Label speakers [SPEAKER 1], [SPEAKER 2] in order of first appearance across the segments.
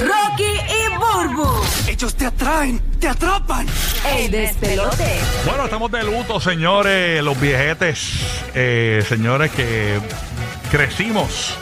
[SPEAKER 1] Rocky y Burbu.
[SPEAKER 2] Ellos te atraen, te atrapan.
[SPEAKER 1] El despelote.
[SPEAKER 3] Bueno, estamos de luto, señores, los viejetes, eh, señores que crecimos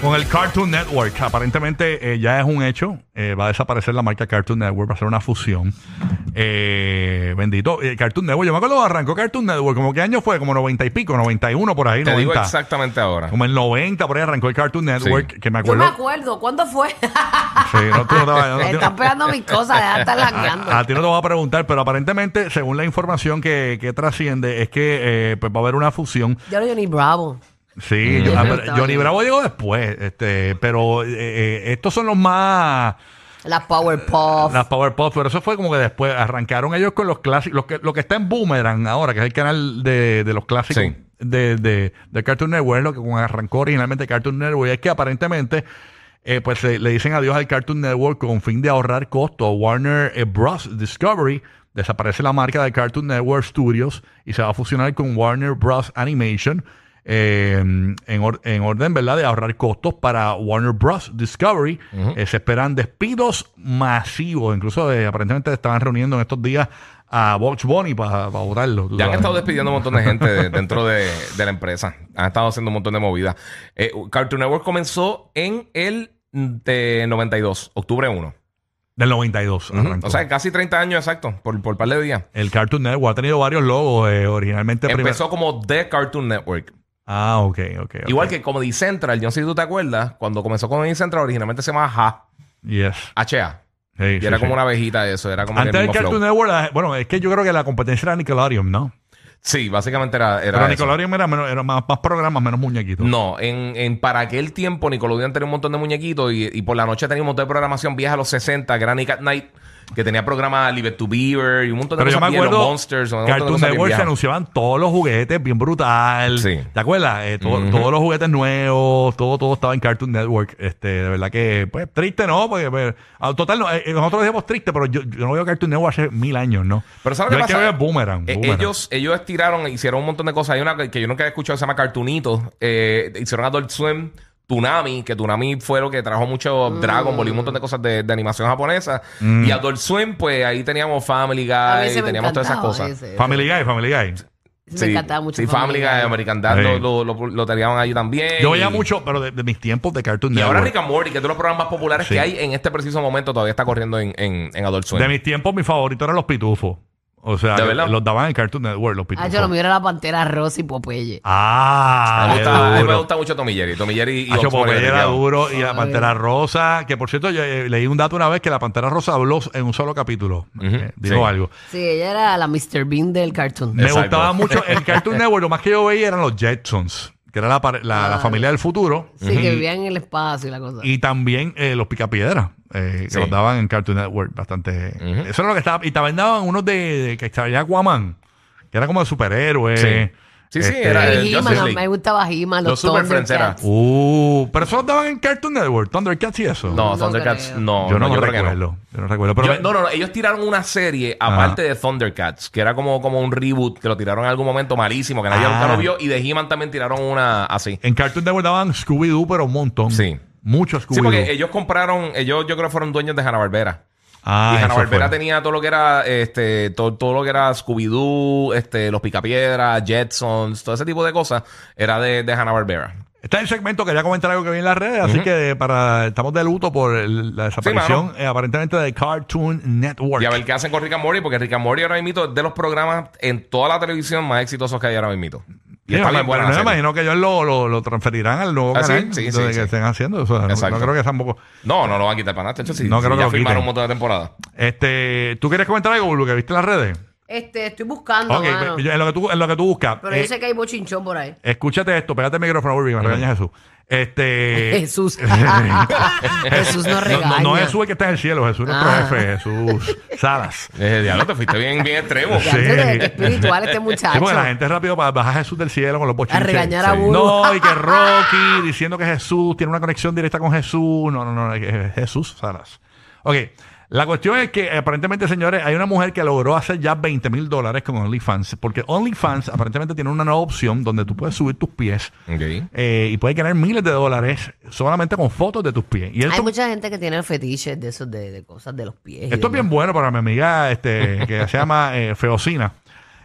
[SPEAKER 3] con el Cartoon Network. Aparentemente eh, ya es un hecho, eh, va a desaparecer la marca Cartoon Network, va a ser una fusión. Eh, bendito, eh, Cartoon Network, yo me acuerdo cuando arrancó Cartoon Network, como qué año fue, como 90 y pico, 91 por ahí,
[SPEAKER 4] Te
[SPEAKER 3] 90.
[SPEAKER 4] digo exactamente ahora.
[SPEAKER 3] Como el 90 por ahí arrancó el Cartoon Network,
[SPEAKER 4] Sí.
[SPEAKER 3] que me
[SPEAKER 1] Yo me
[SPEAKER 3] acuerdo.
[SPEAKER 1] acuerdo, ¿cuándo fue?
[SPEAKER 3] Sí, no, tú no te vas- no,
[SPEAKER 1] Me
[SPEAKER 3] tú no-
[SPEAKER 1] están pegando mis cosas, deja de estar laqueando.
[SPEAKER 3] A ti no te voy a preguntar, pero aparentemente, según la información que, que trasciende, es que eh, pues va a haber una fusión.
[SPEAKER 1] Yo no Johnny Bravo.
[SPEAKER 3] Sí, yo-
[SPEAKER 1] Ujú.
[SPEAKER 3] ah, pero
[SPEAKER 1] Está
[SPEAKER 3] Johnny
[SPEAKER 1] bien.
[SPEAKER 3] Bravo llegó después, este, pero eh, eh, estos son los más
[SPEAKER 1] Las Powerpuff.
[SPEAKER 3] las Powerpuff, pero eso fue como que después arrancaron ellos con los clásicos, lo que, lo que está en Boomerang ahora, que es el canal de, de los clásicos.
[SPEAKER 4] Sí.
[SPEAKER 3] De, de, de Cartoon Network, lo que como arrancó originalmente Cartoon Network, y es que aparentemente eh, pues le, le dicen adiós al Cartoon Network con fin de ahorrar costo. Warner eh, Bros. Discovery desaparece la marca de Cartoon Network Studios y se va a fusionar con Warner Bros. Animation eh, en, or- en orden ¿verdad? de ahorrar costos para Warner Bros. Discovery. Eh, se esperan despidos masivos. Incluso eh, aparentemente estaban reuniendo en estos días a Box Bunny para votarlo.
[SPEAKER 4] Ya han estado despidiendo un montón de gente de- dentro de, de la empresa. Han estado haciendo un montón de movidas. Eh, Cartoon Network comenzó en el de 92, octubre 1.
[SPEAKER 3] Del 92. arrancó.
[SPEAKER 4] O sea, casi 30 años exacto, por, por par de días.
[SPEAKER 3] el Cartoon Network ha tenido varios logos eh, originalmente. primero-
[SPEAKER 4] Empezó como The Cartoon Network.
[SPEAKER 3] Ah, ok, ok. ok.
[SPEAKER 4] Igual que Comedy Central, yo no sé si tú te acuerdas, cuando comenzó Comedy Central originalmente se llamaba HA.
[SPEAKER 3] Yes.
[SPEAKER 4] HA.
[SPEAKER 3] Sí,
[SPEAKER 4] Y
[SPEAKER 3] sí,
[SPEAKER 4] era
[SPEAKER 3] sí.
[SPEAKER 4] como una abejita de eso, era como que
[SPEAKER 3] Antes
[SPEAKER 4] el
[SPEAKER 3] del
[SPEAKER 4] mismo flow.
[SPEAKER 3] Cartoon Network, la- bueno, es que yo creo que la competencia era Nickelodeon, ¿no?
[SPEAKER 4] Sí, básicamente era, era
[SPEAKER 3] Pero
[SPEAKER 4] eso.
[SPEAKER 3] Nickelodeon era, menos- era más, más programas, menos muñequitos.
[SPEAKER 4] No, en, en para aquel tiempo Nickelodeon tenía un montón de muñequitos y, y por la noche tenía un montón de programación vieja a los 60, Granny Cat Night, que tenía programas Live to Beaver y un montón de
[SPEAKER 3] Pero yo me
[SPEAKER 4] cosas viejas,
[SPEAKER 3] acuerdo,
[SPEAKER 4] los Monsters, un montón de
[SPEAKER 3] Cartoon
[SPEAKER 4] cosas bien
[SPEAKER 3] Network se
[SPEAKER 4] viejas.
[SPEAKER 3] anunciaban todos los juguetes, bien brutal.
[SPEAKER 4] Sí.
[SPEAKER 3] ¿Te acuerdas? Eh, to-
[SPEAKER 4] Ujú.
[SPEAKER 3] Todos los juguetes nuevos, todo, todo estaba en Cartoon Network. Este, de verdad que, pues, triste, ¿no? Porque, pues, ah, total, no, eh, eh, nosotros decimos triste, pero yo, yo no veo Cartoon Network hace mil años, ¿no?
[SPEAKER 4] Pero ¿sabes
[SPEAKER 3] yo
[SPEAKER 4] qué
[SPEAKER 3] el que
[SPEAKER 4] pasa?
[SPEAKER 3] veo es Boomerang.
[SPEAKER 4] Eh,
[SPEAKER 3] Boomerang.
[SPEAKER 4] ellos, ellos estiraron, hicieron un montón de cosas. Hay una que que yo nunca he escuchado, se llama Cartoonito. Eh, hicieron Adult Swim, Tsunami, que Tsunami fue lo que trajo mucho
[SPEAKER 1] Mm.
[SPEAKER 4] Dragon Ball y un montón de cosas de, de animación japonesa.
[SPEAKER 3] Mm.
[SPEAKER 4] Y Adult Swim, pues ahí teníamos Family
[SPEAKER 1] A mí
[SPEAKER 4] Guy,
[SPEAKER 1] se me
[SPEAKER 4] teníamos todas esas
[SPEAKER 1] encantaba
[SPEAKER 4] cosas.
[SPEAKER 1] ese.
[SPEAKER 3] Family Guy, Family Guy.
[SPEAKER 1] Ese me encantaba mucho.
[SPEAKER 4] Sí, Family Guy, American Dad
[SPEAKER 3] Sí.
[SPEAKER 4] lo, lo, lo, lo tenían ahí también.
[SPEAKER 3] Yo veía
[SPEAKER 4] Y-
[SPEAKER 3] mucho, pero de, de mis tiempos de Cartoon
[SPEAKER 4] Y
[SPEAKER 3] Network.
[SPEAKER 4] ahora Rick and Morty, que es de los programas más populares
[SPEAKER 3] Sí.
[SPEAKER 4] que hay en este preciso momento, todavía está corriendo en, en, en Adult Swim.
[SPEAKER 3] De mis tiempos, mi favorito eran los pitufos. O sea,
[SPEAKER 4] ¿De
[SPEAKER 3] que
[SPEAKER 4] verdad?
[SPEAKER 3] los daban en Cartoon Network, los
[SPEAKER 1] Ah,
[SPEAKER 3] pitufos.
[SPEAKER 1] yo lo miro era la pantera Rosa y Popeye.
[SPEAKER 3] Ah,
[SPEAKER 4] A mí me gusta-
[SPEAKER 3] qué
[SPEAKER 4] a mí me
[SPEAKER 3] duro.
[SPEAKER 4] gusta mucho Tommy Jerry. Tommy Jerry y
[SPEAKER 3] Hacho,
[SPEAKER 4] Bugs Bunny
[SPEAKER 3] Popeye era
[SPEAKER 4] retuiteado.
[SPEAKER 3] duro y la
[SPEAKER 1] Ay.
[SPEAKER 3] Pantera Rosa, que por cierto, yo eh, leí un dato una vez que la Pantera Rosa habló en un solo capítulo. Eh, dijo
[SPEAKER 4] sí.
[SPEAKER 3] algo.
[SPEAKER 1] Sí, ella era la Mr. Bean del cartoon.
[SPEAKER 3] Me
[SPEAKER 4] Exacto.
[SPEAKER 3] gustaba mucho el Cartoon Network, lo más que yo veía eran los Jetsons, que era la, pare- la, la familia del futuro.
[SPEAKER 1] Sí, que vivían en el espacio y la cosa.
[SPEAKER 3] Y también eh, los Picapiedras, eh, que
[SPEAKER 4] Sí.
[SPEAKER 3] los daban en Cartoon Network bastante.
[SPEAKER 4] Ujú.
[SPEAKER 3] Eso era lo que estaba. Y también daban unos de, de- que estaba Aquaman, que era como de superhéroe.
[SPEAKER 4] Sí. Sí, sí,
[SPEAKER 3] Este,
[SPEAKER 4] era
[SPEAKER 1] Y
[SPEAKER 4] el
[SPEAKER 1] He-Man,
[SPEAKER 4] Justice League.
[SPEAKER 1] me gustaba He-Man, los,
[SPEAKER 4] Los Super Friends era.
[SPEAKER 1] Thundercats.
[SPEAKER 3] Uh, pero eso lo daban en Cartoon Network, Thundercats y eso.
[SPEAKER 4] No,
[SPEAKER 1] No
[SPEAKER 4] Thundercats,
[SPEAKER 1] creo.
[SPEAKER 4] no.
[SPEAKER 3] yo no,
[SPEAKER 4] no,
[SPEAKER 3] lo
[SPEAKER 4] creo que no.
[SPEAKER 3] recuerdo. Yo no recuerdo. Pero
[SPEAKER 4] Yo-
[SPEAKER 3] me-
[SPEAKER 4] no, no, no, ellos tiraron una serie aparte de Thundercats, que era como, como un reboot, que lo tiraron en algún momento malísimo, que nadie
[SPEAKER 3] Ah.
[SPEAKER 4] nunca lo vio, y de He-Man también tiraron una así.
[SPEAKER 3] En Cartoon Network daban Scooby-Doo, pero un montón.
[SPEAKER 4] Sí.
[SPEAKER 3] Mucho
[SPEAKER 4] Sí,
[SPEAKER 3] Scooby-Doo.
[SPEAKER 4] porque ellos compraron, ellos yo creo que fueron dueños de Hanna-Barbera.
[SPEAKER 3] ah,
[SPEAKER 4] y
[SPEAKER 3] eso
[SPEAKER 4] Hanna Barbera
[SPEAKER 3] fue.
[SPEAKER 4] tenía todo lo que era este todo, todo lo que era Scooby Doo, este los Picapiedras, Jetsons, todo ese tipo de cosas era de, de Hanna Barbera.
[SPEAKER 3] Está en el segmento, quería comentar algo que vi en las redes, así que eh, para estamos de luto por el- la desaparición eh, aparentemente de Cartoon Network.
[SPEAKER 4] Y a ver qué hacen con Rick and Morty, porque Rick and Morty ahora mismo es de los programas en toda la televisión más exitosos que hay ahora mismo. Y
[SPEAKER 3] Sí,
[SPEAKER 4] está
[SPEAKER 3] me-
[SPEAKER 4] bien
[SPEAKER 3] pero
[SPEAKER 4] buena la
[SPEAKER 3] me
[SPEAKER 4] serie.
[SPEAKER 3] imagino que ellos lo, lo, lo transferirán al nuevo
[SPEAKER 4] Ah, sí,
[SPEAKER 3] canal
[SPEAKER 4] sí, sí,
[SPEAKER 3] donde
[SPEAKER 4] sí.
[SPEAKER 3] que estén haciendo. O sea, no- no,
[SPEAKER 4] Exacto.
[SPEAKER 3] creo que tampoco.
[SPEAKER 4] No, no lo van a quitar para nada. Chacho, si-
[SPEAKER 3] No
[SPEAKER 4] si
[SPEAKER 3] creo que
[SPEAKER 4] ya
[SPEAKER 3] lo
[SPEAKER 4] firmaron
[SPEAKER 3] quiten.
[SPEAKER 4] un montón de temporadas.
[SPEAKER 3] Este, ¿Tú quieres comentar algo, Bulu, que viste en las redes?
[SPEAKER 1] Este, estoy buscando,
[SPEAKER 3] ok,
[SPEAKER 1] mano.
[SPEAKER 3] pues, yo- en, lo que tú, en lo que tú buscas.
[SPEAKER 1] Pero
[SPEAKER 3] eh,
[SPEAKER 1] yo sé que hay bochinchón por ahí.
[SPEAKER 3] Escúchate esto, pégate el micrófono, Burby, me regaña Jesús. Este.
[SPEAKER 1] Jesús.
[SPEAKER 3] Jesús
[SPEAKER 1] Jesús no regaña.
[SPEAKER 3] Eh, No, Jesús el que está en el cielo, Jesús nuestro
[SPEAKER 1] Ah.
[SPEAKER 3] jefe, Jesús Salas.
[SPEAKER 4] Eh, diablo, te fuiste bien, bien extremo.
[SPEAKER 1] Ya, antes de que espiritual este muchacho.
[SPEAKER 3] Sí, porque la gente rápido para bajar a Jesús del cielo con los bochinches.
[SPEAKER 1] A regañar a
[SPEAKER 3] Sí.
[SPEAKER 1] Burbu.
[SPEAKER 3] No, y que Rocky diciendo que Jesús tiene una conexión directa con Jesús. No, no, no, es Jesús Salas. Ok, La cuestión es que aparentemente, señores, hay una mujer que logró hacer ya 20 mil dólares con OnlyFans, porque OnlyFans aparentemente tiene una nueva opción donde tú puedes subir tus pies
[SPEAKER 4] Ok.
[SPEAKER 3] eh, y puedes ganar miles de dólares solamente con fotos de tus pies. Y
[SPEAKER 1] Hay
[SPEAKER 3] esto,
[SPEAKER 1] mucha gente que tiene fetiches de esos de, de cosas de los pies. y
[SPEAKER 3] esto es
[SPEAKER 1] demás.
[SPEAKER 3] bien bueno para mi amiga este, que se llama eh, Feocina.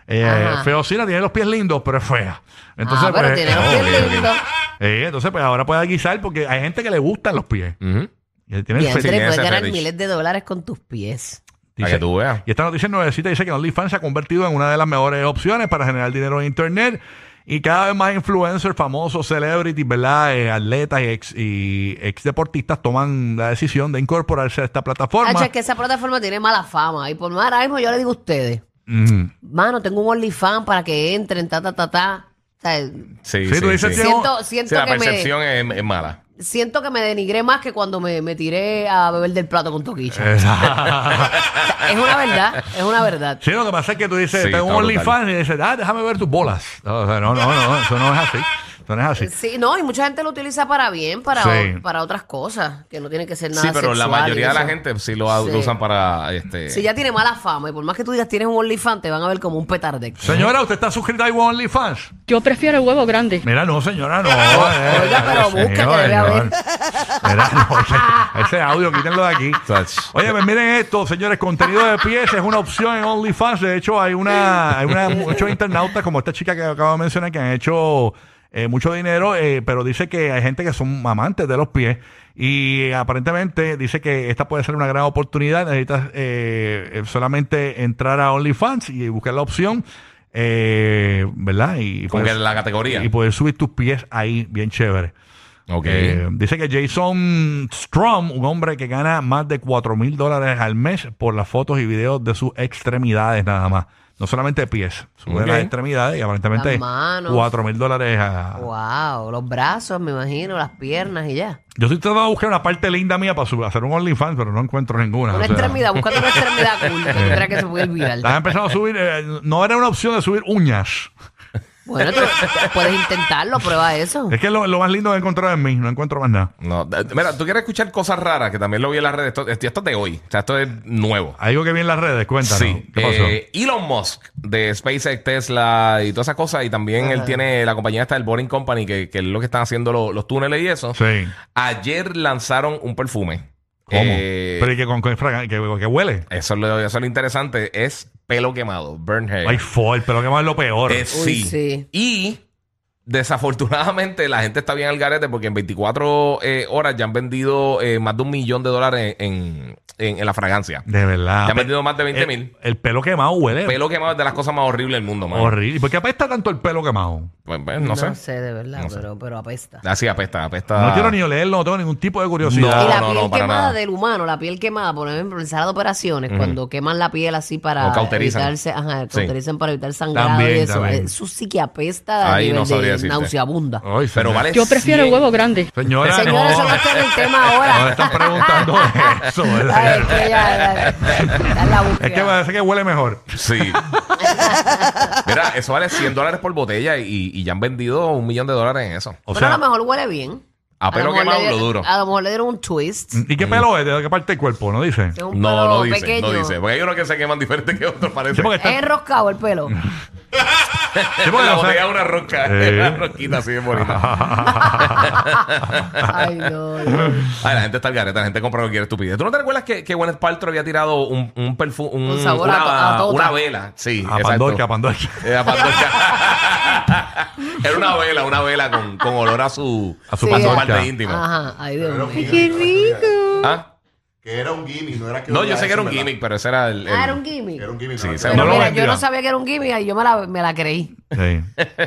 [SPEAKER 3] Eh,
[SPEAKER 1] Ajá.
[SPEAKER 3] Feocina tiene los pies lindos, pero es fea. Entonces,
[SPEAKER 1] ah, pero
[SPEAKER 3] pues,
[SPEAKER 1] tiene los
[SPEAKER 4] ok,
[SPEAKER 1] pies
[SPEAKER 4] ok.
[SPEAKER 1] lindos.
[SPEAKER 3] eh, entonces, pues ahora puede guisar porque hay gente que le gustan los pies.
[SPEAKER 4] Ujú.
[SPEAKER 3] Y tiene el
[SPEAKER 1] Bien,
[SPEAKER 3] fetiche.
[SPEAKER 1] Andrés, puedes
[SPEAKER 4] ese
[SPEAKER 1] ganar
[SPEAKER 4] fetiche.
[SPEAKER 1] miles de dólares con tus pies.
[SPEAKER 4] Para que tú veas.
[SPEAKER 3] Y esta noticia nuevecita dice que OnlyFans se ha convertido en una de las mejores opciones para generar dinero en Internet. Y cada vez más influencers, famosos, celebrities, ¿verdad? Eh, atletas y ex, y ex deportistas toman la decisión de incorporarse a esta plataforma.
[SPEAKER 1] Hacho, es que esa plataforma tiene mala fama. Y por más ahora mismo yo le digo a ustedes,
[SPEAKER 3] Mm.
[SPEAKER 1] mano, tengo un OnlyFans para que entren, ta, ta, ta, ta. O sea,
[SPEAKER 4] Sí,
[SPEAKER 3] Sí, tú dices que-
[SPEAKER 1] siento,
[SPEAKER 4] Sí,
[SPEAKER 1] siento
[SPEAKER 4] la
[SPEAKER 1] que me
[SPEAKER 4] percepción es, es mala.
[SPEAKER 1] siento que me denigré más que cuando me, me tiré a beber del plato con
[SPEAKER 3] Eh.
[SPEAKER 1] toquicha. O sea, es una verdad, es una verdad.
[SPEAKER 3] sí, lo que pasa es que tú dices,
[SPEAKER 4] Sí,
[SPEAKER 3] tengo un
[SPEAKER 4] está brutal.
[SPEAKER 3] OnlyFans y dices, ah, déjame ver tus bolas. O sea, no, no, no, eso no es así. Eso no es así.
[SPEAKER 1] Sí, no, y mucha gente lo utiliza para bien, para,
[SPEAKER 3] Sí.
[SPEAKER 1] para otras cosas, que no tienen que ser nada
[SPEAKER 4] Sí, pero la
[SPEAKER 1] sexual y
[SPEAKER 4] mayoría de la
[SPEAKER 1] eso.
[SPEAKER 4] gente sí lo, lo
[SPEAKER 1] Sí.
[SPEAKER 4] usan para. Este,
[SPEAKER 1] Si ya tiene mala fama, y por más que tú digas tienes un OnlyFans, te van a ver como un petarde.
[SPEAKER 3] Señora, ¿usted está suscrita a OnlyFans?
[SPEAKER 5] Yo prefiero el huevo grande.
[SPEAKER 3] Mira, no, señora, no. Eh,
[SPEAKER 1] Oiga, pero busca, que debe haber.
[SPEAKER 3] Mira, no, ese, ese audio, quítenlo de aquí.
[SPEAKER 4] Touch.
[SPEAKER 3] Oye, pues miren esto, señores, contenido de pies es una opción en OnlyFans. De hecho, hay una, hay una- muchos internautas como esta chica que acabo de mencionar que han hecho eh, mucho dinero, eh, pero dice que hay gente que son amantes de los pies y eh, aparentemente dice que esta puede ser una gran oportunidad. Necesitas eh, eh, solamente entrar a OnlyFans y buscar la opción, eh, ¿verdad? Y
[SPEAKER 4] como que
[SPEAKER 3] puedes-
[SPEAKER 4] la categoría.
[SPEAKER 3] Pues, y poder subir tus pies ahí bien chévere.
[SPEAKER 4] ok.
[SPEAKER 3] Eh, dice que Jason Strom, un hombre que gana más de 4 mil dólares al mes por las fotos y videos de sus extremidades nada más. No solamente pies, sube
[SPEAKER 4] Ok.
[SPEAKER 3] las extremidades y aparentemente
[SPEAKER 1] Las manos.
[SPEAKER 3] 4 mil dólares. a-
[SPEAKER 1] Wow, los brazos, me imagino, las piernas y ya.
[SPEAKER 3] Yo estoy tratando de buscar una parte linda mía para su- hacer un OnlyFans, pero no encuentro ninguna.
[SPEAKER 1] Una
[SPEAKER 3] o sea,
[SPEAKER 1] extremidad, búscate una extremidad cool, que tú creas que se puede viral.
[SPEAKER 3] Estás empezando a subir, eh, no era una opción de subir uñas.
[SPEAKER 1] Bueno, tú puedes intentarlo, prueba eso.
[SPEAKER 3] Es que lo, lo más lindo que he encontrado en mí, no encuentro más nada.
[SPEAKER 4] No, da- mira, tú quieres escuchar cosas raras que también lo vi en las redes. Esto, esto esto es de hoy. O sea, esto es nuevo.
[SPEAKER 3] Hay algo que vi en las redes, cuéntanos.
[SPEAKER 4] Sí.
[SPEAKER 3] ¿Qué pasó?
[SPEAKER 4] Eh, Elon Musk de SpaceX, Tesla y todas esas cosas. Y también él tiene la compañía esta del Boring Company, que, que es lo que están haciendo lo- los túneles y eso.
[SPEAKER 3] sí.
[SPEAKER 4] Ayer lanzaron un perfume.
[SPEAKER 3] ¿Cómo?
[SPEAKER 4] Eh,
[SPEAKER 3] Pero y que con, con fragan- que, que huele.
[SPEAKER 4] eso, es lo, eso es lo interesante. Es pelo quemado, burn hair.
[SPEAKER 3] Ay, Ford, pero que más es lo peor.
[SPEAKER 4] Eh,
[SPEAKER 1] Uy,
[SPEAKER 4] sí.
[SPEAKER 1] sí.
[SPEAKER 4] Y desafortunadamente la gente está bien al garete porque en 24 eh, horas ya han vendido eh, más de un millón de dólares en, en- en la fragancia.
[SPEAKER 3] De verdad.
[SPEAKER 4] Ya han vendido más de 20
[SPEAKER 3] el,
[SPEAKER 4] mil.
[SPEAKER 3] el pelo quemado huele
[SPEAKER 4] Pelo quemado es de las cosas más horribles del mundo, man.
[SPEAKER 3] horrible. ¿Por qué apesta tanto el pelo quemado?
[SPEAKER 4] Pues, pues, no, sé.
[SPEAKER 1] de verdad,
[SPEAKER 4] No sé.
[SPEAKER 1] pero, pero apesta.
[SPEAKER 4] Así apesta, apesta.
[SPEAKER 3] No quiero ni olerlo, no tengo ningún tipo de curiosidad.
[SPEAKER 1] y la
[SPEAKER 4] Ah, no,
[SPEAKER 1] piel
[SPEAKER 4] no, para
[SPEAKER 1] quemada
[SPEAKER 4] nada.
[SPEAKER 1] del humano, la piel quemada, por ejemplo, en sala de operaciones, cuando queman la piel así para
[SPEAKER 4] O cauterizan.
[SPEAKER 1] evitarse, ajá,
[SPEAKER 4] Sí.
[SPEAKER 1] cauterizan para evitar sangrado
[SPEAKER 3] También,
[SPEAKER 1] y eso. eh,
[SPEAKER 3] también.
[SPEAKER 1] Eso sí que apesta a
[SPEAKER 4] Ahí
[SPEAKER 1] nivel
[SPEAKER 4] no sabría
[SPEAKER 1] de
[SPEAKER 4] decirte.
[SPEAKER 1] nauseabunda.
[SPEAKER 3] Ay, señora.
[SPEAKER 4] Pero vale.
[SPEAKER 5] Yo prefiero el
[SPEAKER 4] 100.
[SPEAKER 5] huevo grande.
[SPEAKER 3] Señora,
[SPEAKER 1] Señores,
[SPEAKER 3] no,
[SPEAKER 1] eso no está en el tema
[SPEAKER 3] no le
[SPEAKER 1] ahora.
[SPEAKER 3] están preguntando eso.
[SPEAKER 1] Ay, es
[SPEAKER 3] ¿verdad?
[SPEAKER 1] que ya, ya, ya, ya la búsqueda.
[SPEAKER 3] Es que parece que huele mejor.
[SPEAKER 4] Sí. Mira, eso vale 100 dólares por botella y, y ya han vendido un millón de dólares en eso.
[SPEAKER 3] O
[SPEAKER 1] Pero
[SPEAKER 3] sea,
[SPEAKER 1] a lo mejor huele bien.
[SPEAKER 4] A pelo
[SPEAKER 1] mejor
[SPEAKER 4] quemado,
[SPEAKER 1] le-
[SPEAKER 4] lo duro. Mm.
[SPEAKER 1] A lo mejor le dieron un twist.
[SPEAKER 3] ¿y qué pelo es? ¿De qué parte del cuerpo? ¿No dice?
[SPEAKER 1] Es un
[SPEAKER 4] No,
[SPEAKER 1] pelo
[SPEAKER 4] no dice,
[SPEAKER 1] pequeño.
[SPEAKER 4] no dice. Porque hay unos que se queman diferente que otros, parece.
[SPEAKER 3] Sí, porque
[SPEAKER 1] Es
[SPEAKER 3] está-
[SPEAKER 1] enroscado el pelo.
[SPEAKER 3] sí, porque
[SPEAKER 4] la
[SPEAKER 3] no sabe-
[SPEAKER 4] botella es una rosca,
[SPEAKER 3] Eh.
[SPEAKER 4] una rosquita así de bonita.
[SPEAKER 1] Ay, no. no.
[SPEAKER 4] Ay, la gente está al garete, la gente compra cualquier estupidez. ¿Tú no te recuerdas que, que Gwyneth Paltrow había tirado un, un perfume, un,
[SPEAKER 1] Un sabor a
[SPEAKER 4] una,
[SPEAKER 1] to- a tota.
[SPEAKER 4] una vela? Sí,
[SPEAKER 3] A
[SPEAKER 4] exacto.
[SPEAKER 3] Pandorca, a Pandorca.
[SPEAKER 4] Eh, a Pandorca. Era una vela, una vela con, con olor a su,
[SPEAKER 3] A su Pandorca.
[SPEAKER 4] parte íntima.
[SPEAKER 1] Ajá, ay, Dios mío.
[SPEAKER 5] ¡Qué rico!
[SPEAKER 4] ¿Ah?
[SPEAKER 6] Que era un gimmick, no era que
[SPEAKER 4] No,
[SPEAKER 6] olía
[SPEAKER 4] yo sé
[SPEAKER 6] a
[SPEAKER 4] que era
[SPEAKER 6] eso,
[SPEAKER 4] un
[SPEAKER 6] ¿verdad?
[SPEAKER 4] gimmick, pero ese era el... el-
[SPEAKER 1] Ah, era un gimmick.
[SPEAKER 6] Era un gimmick.
[SPEAKER 4] Sí,
[SPEAKER 6] no,
[SPEAKER 4] seguro.
[SPEAKER 6] que-
[SPEAKER 1] Pero
[SPEAKER 3] No lo
[SPEAKER 1] mira, yo
[SPEAKER 3] vendía.
[SPEAKER 1] no sabía que era un gimmick y yo me la, me la creí.
[SPEAKER 3] Sí.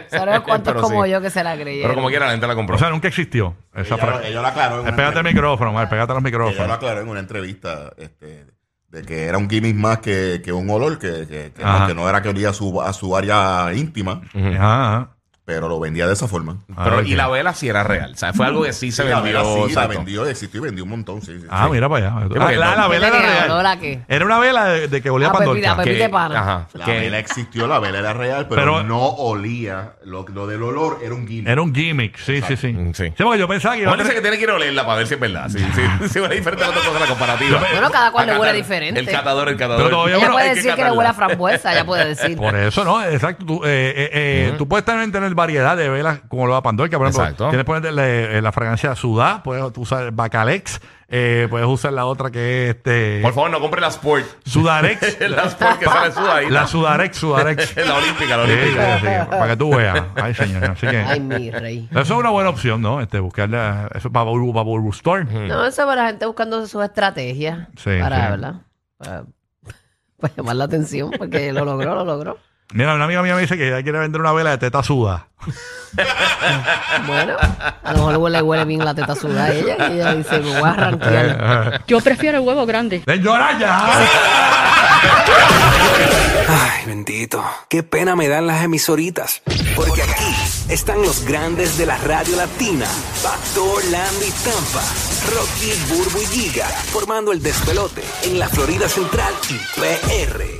[SPEAKER 1] ¿Sabes cuántos
[SPEAKER 4] Pero
[SPEAKER 1] como
[SPEAKER 4] sí.
[SPEAKER 1] yo que se la creí?
[SPEAKER 4] Pero como quiera, la gente la compró.
[SPEAKER 3] O sea, nunca existió esa
[SPEAKER 6] Ella, lo-
[SPEAKER 3] frase.
[SPEAKER 6] ella lo aclaró. en una
[SPEAKER 3] Pégate el
[SPEAKER 6] entrevista.
[SPEAKER 3] micrófono, Mar, pégate los
[SPEAKER 6] Ella lo
[SPEAKER 3] micrófonos.
[SPEAKER 6] aclaró en una entrevista este, de que era un gimmick más que, que un olor, que, que, que
[SPEAKER 3] Ajá.
[SPEAKER 6] no, que no era que olía a su, a su área íntima.
[SPEAKER 3] Ajá, ajá.
[SPEAKER 6] pero lo vendía de esa forma.
[SPEAKER 4] Pero,
[SPEAKER 3] Ah,
[SPEAKER 4] y
[SPEAKER 3] ok.
[SPEAKER 4] la vela sí era real. O sea, fue algo que sí se
[SPEAKER 6] la
[SPEAKER 4] vendió.
[SPEAKER 6] vela sí, la
[SPEAKER 4] exacto.
[SPEAKER 6] vendió, existió y vendió un montón, sí. sí,
[SPEAKER 3] Ah,
[SPEAKER 6] sí.
[SPEAKER 3] mira para allá.
[SPEAKER 4] Sí, porque
[SPEAKER 3] la,
[SPEAKER 4] no-
[SPEAKER 3] la vela
[SPEAKER 1] ¿Qué
[SPEAKER 3] era
[SPEAKER 1] tenía?
[SPEAKER 3] "Ah, real.
[SPEAKER 1] ¿Lola qué?
[SPEAKER 3] Era una vela de, de que olía
[SPEAKER 1] Ah,
[SPEAKER 3] a
[SPEAKER 1] pues,
[SPEAKER 3] pandorca.
[SPEAKER 1] mira, pues,
[SPEAKER 4] Que-
[SPEAKER 1] Pepita pana.
[SPEAKER 4] Ajá.
[SPEAKER 6] La
[SPEAKER 4] que-
[SPEAKER 6] vela existió, la vela era real, pero,
[SPEAKER 3] Pero-
[SPEAKER 6] no olía. Lo, lo del olor era un guiño.
[SPEAKER 3] Era un gimmick, sí, sí, sí.
[SPEAKER 4] Mm, sí.
[SPEAKER 3] Sí, porque yo pensaba que iba a
[SPEAKER 4] Bueno, dice que tiene que ir a olerla para ver si es verdad. Sí, sí, sí, huele diferente a otra cosa la comparativa.
[SPEAKER 1] Bueno, cada cual le
[SPEAKER 4] A
[SPEAKER 1] huele
[SPEAKER 4] catar-
[SPEAKER 1] diferente.
[SPEAKER 4] El catador, el catador.
[SPEAKER 3] Pero todavía
[SPEAKER 4] Hay
[SPEAKER 1] Ella
[SPEAKER 3] bueno,
[SPEAKER 1] puede
[SPEAKER 4] que
[SPEAKER 1] decir que le
[SPEAKER 4] catarla.
[SPEAKER 1] huele a frambuesa, ella puede decir.
[SPEAKER 3] Por eso, ¿no? Exacto. Tú, eh, eh, eh, tú puedes también tener variedad de velas como lo de Pandorca, por ejemplo.
[SPEAKER 4] Exacto.
[SPEAKER 3] Tienes ponerle eh, la fragancia Sudá, puedes usar Bacalex, eh, puedes usar la otra que es este,
[SPEAKER 4] Por favor, no compre la Sport.
[SPEAKER 3] Sudarex.
[SPEAKER 4] la Sport que sale sudadita.
[SPEAKER 3] la Sudarex, Sudarex. Sí,
[SPEAKER 4] la olímpica, la
[SPEAKER 3] sí,
[SPEAKER 4] olímpica.
[SPEAKER 3] sí, para que tú veas. Ay, señor. Así que.
[SPEAKER 1] Ay, mi rey.
[SPEAKER 3] Eso es una buena opción, ¿no? Este, buscarla. Eso es para Burbu, para Burbu Store.
[SPEAKER 1] No, eso es para la gente buscando sus estrategias.
[SPEAKER 3] Sí,
[SPEAKER 1] para,
[SPEAKER 3] sí.
[SPEAKER 1] ¿verdad? Para, para llamar la atención, porque lo logró, lo logró.
[SPEAKER 3] Mira, una amiga mía me dice que ella quiere vender una vela de teta suda.
[SPEAKER 1] Bueno, a lo mejor le huele bien la teta sudada a ella y ella dice, me voy a
[SPEAKER 3] Eh,
[SPEAKER 1] arranquear.
[SPEAKER 5] Yo prefiero el huevo grande.
[SPEAKER 3] ¡De llorar ya!
[SPEAKER 7] Ay, bendito. Qué pena me dan las emisoritas. Porque aquí están los grandes de la radio latina. Factor, Landy, Tampa. Rocky, Burbu y Giga. Formando el despelote en la Florida Central y PR.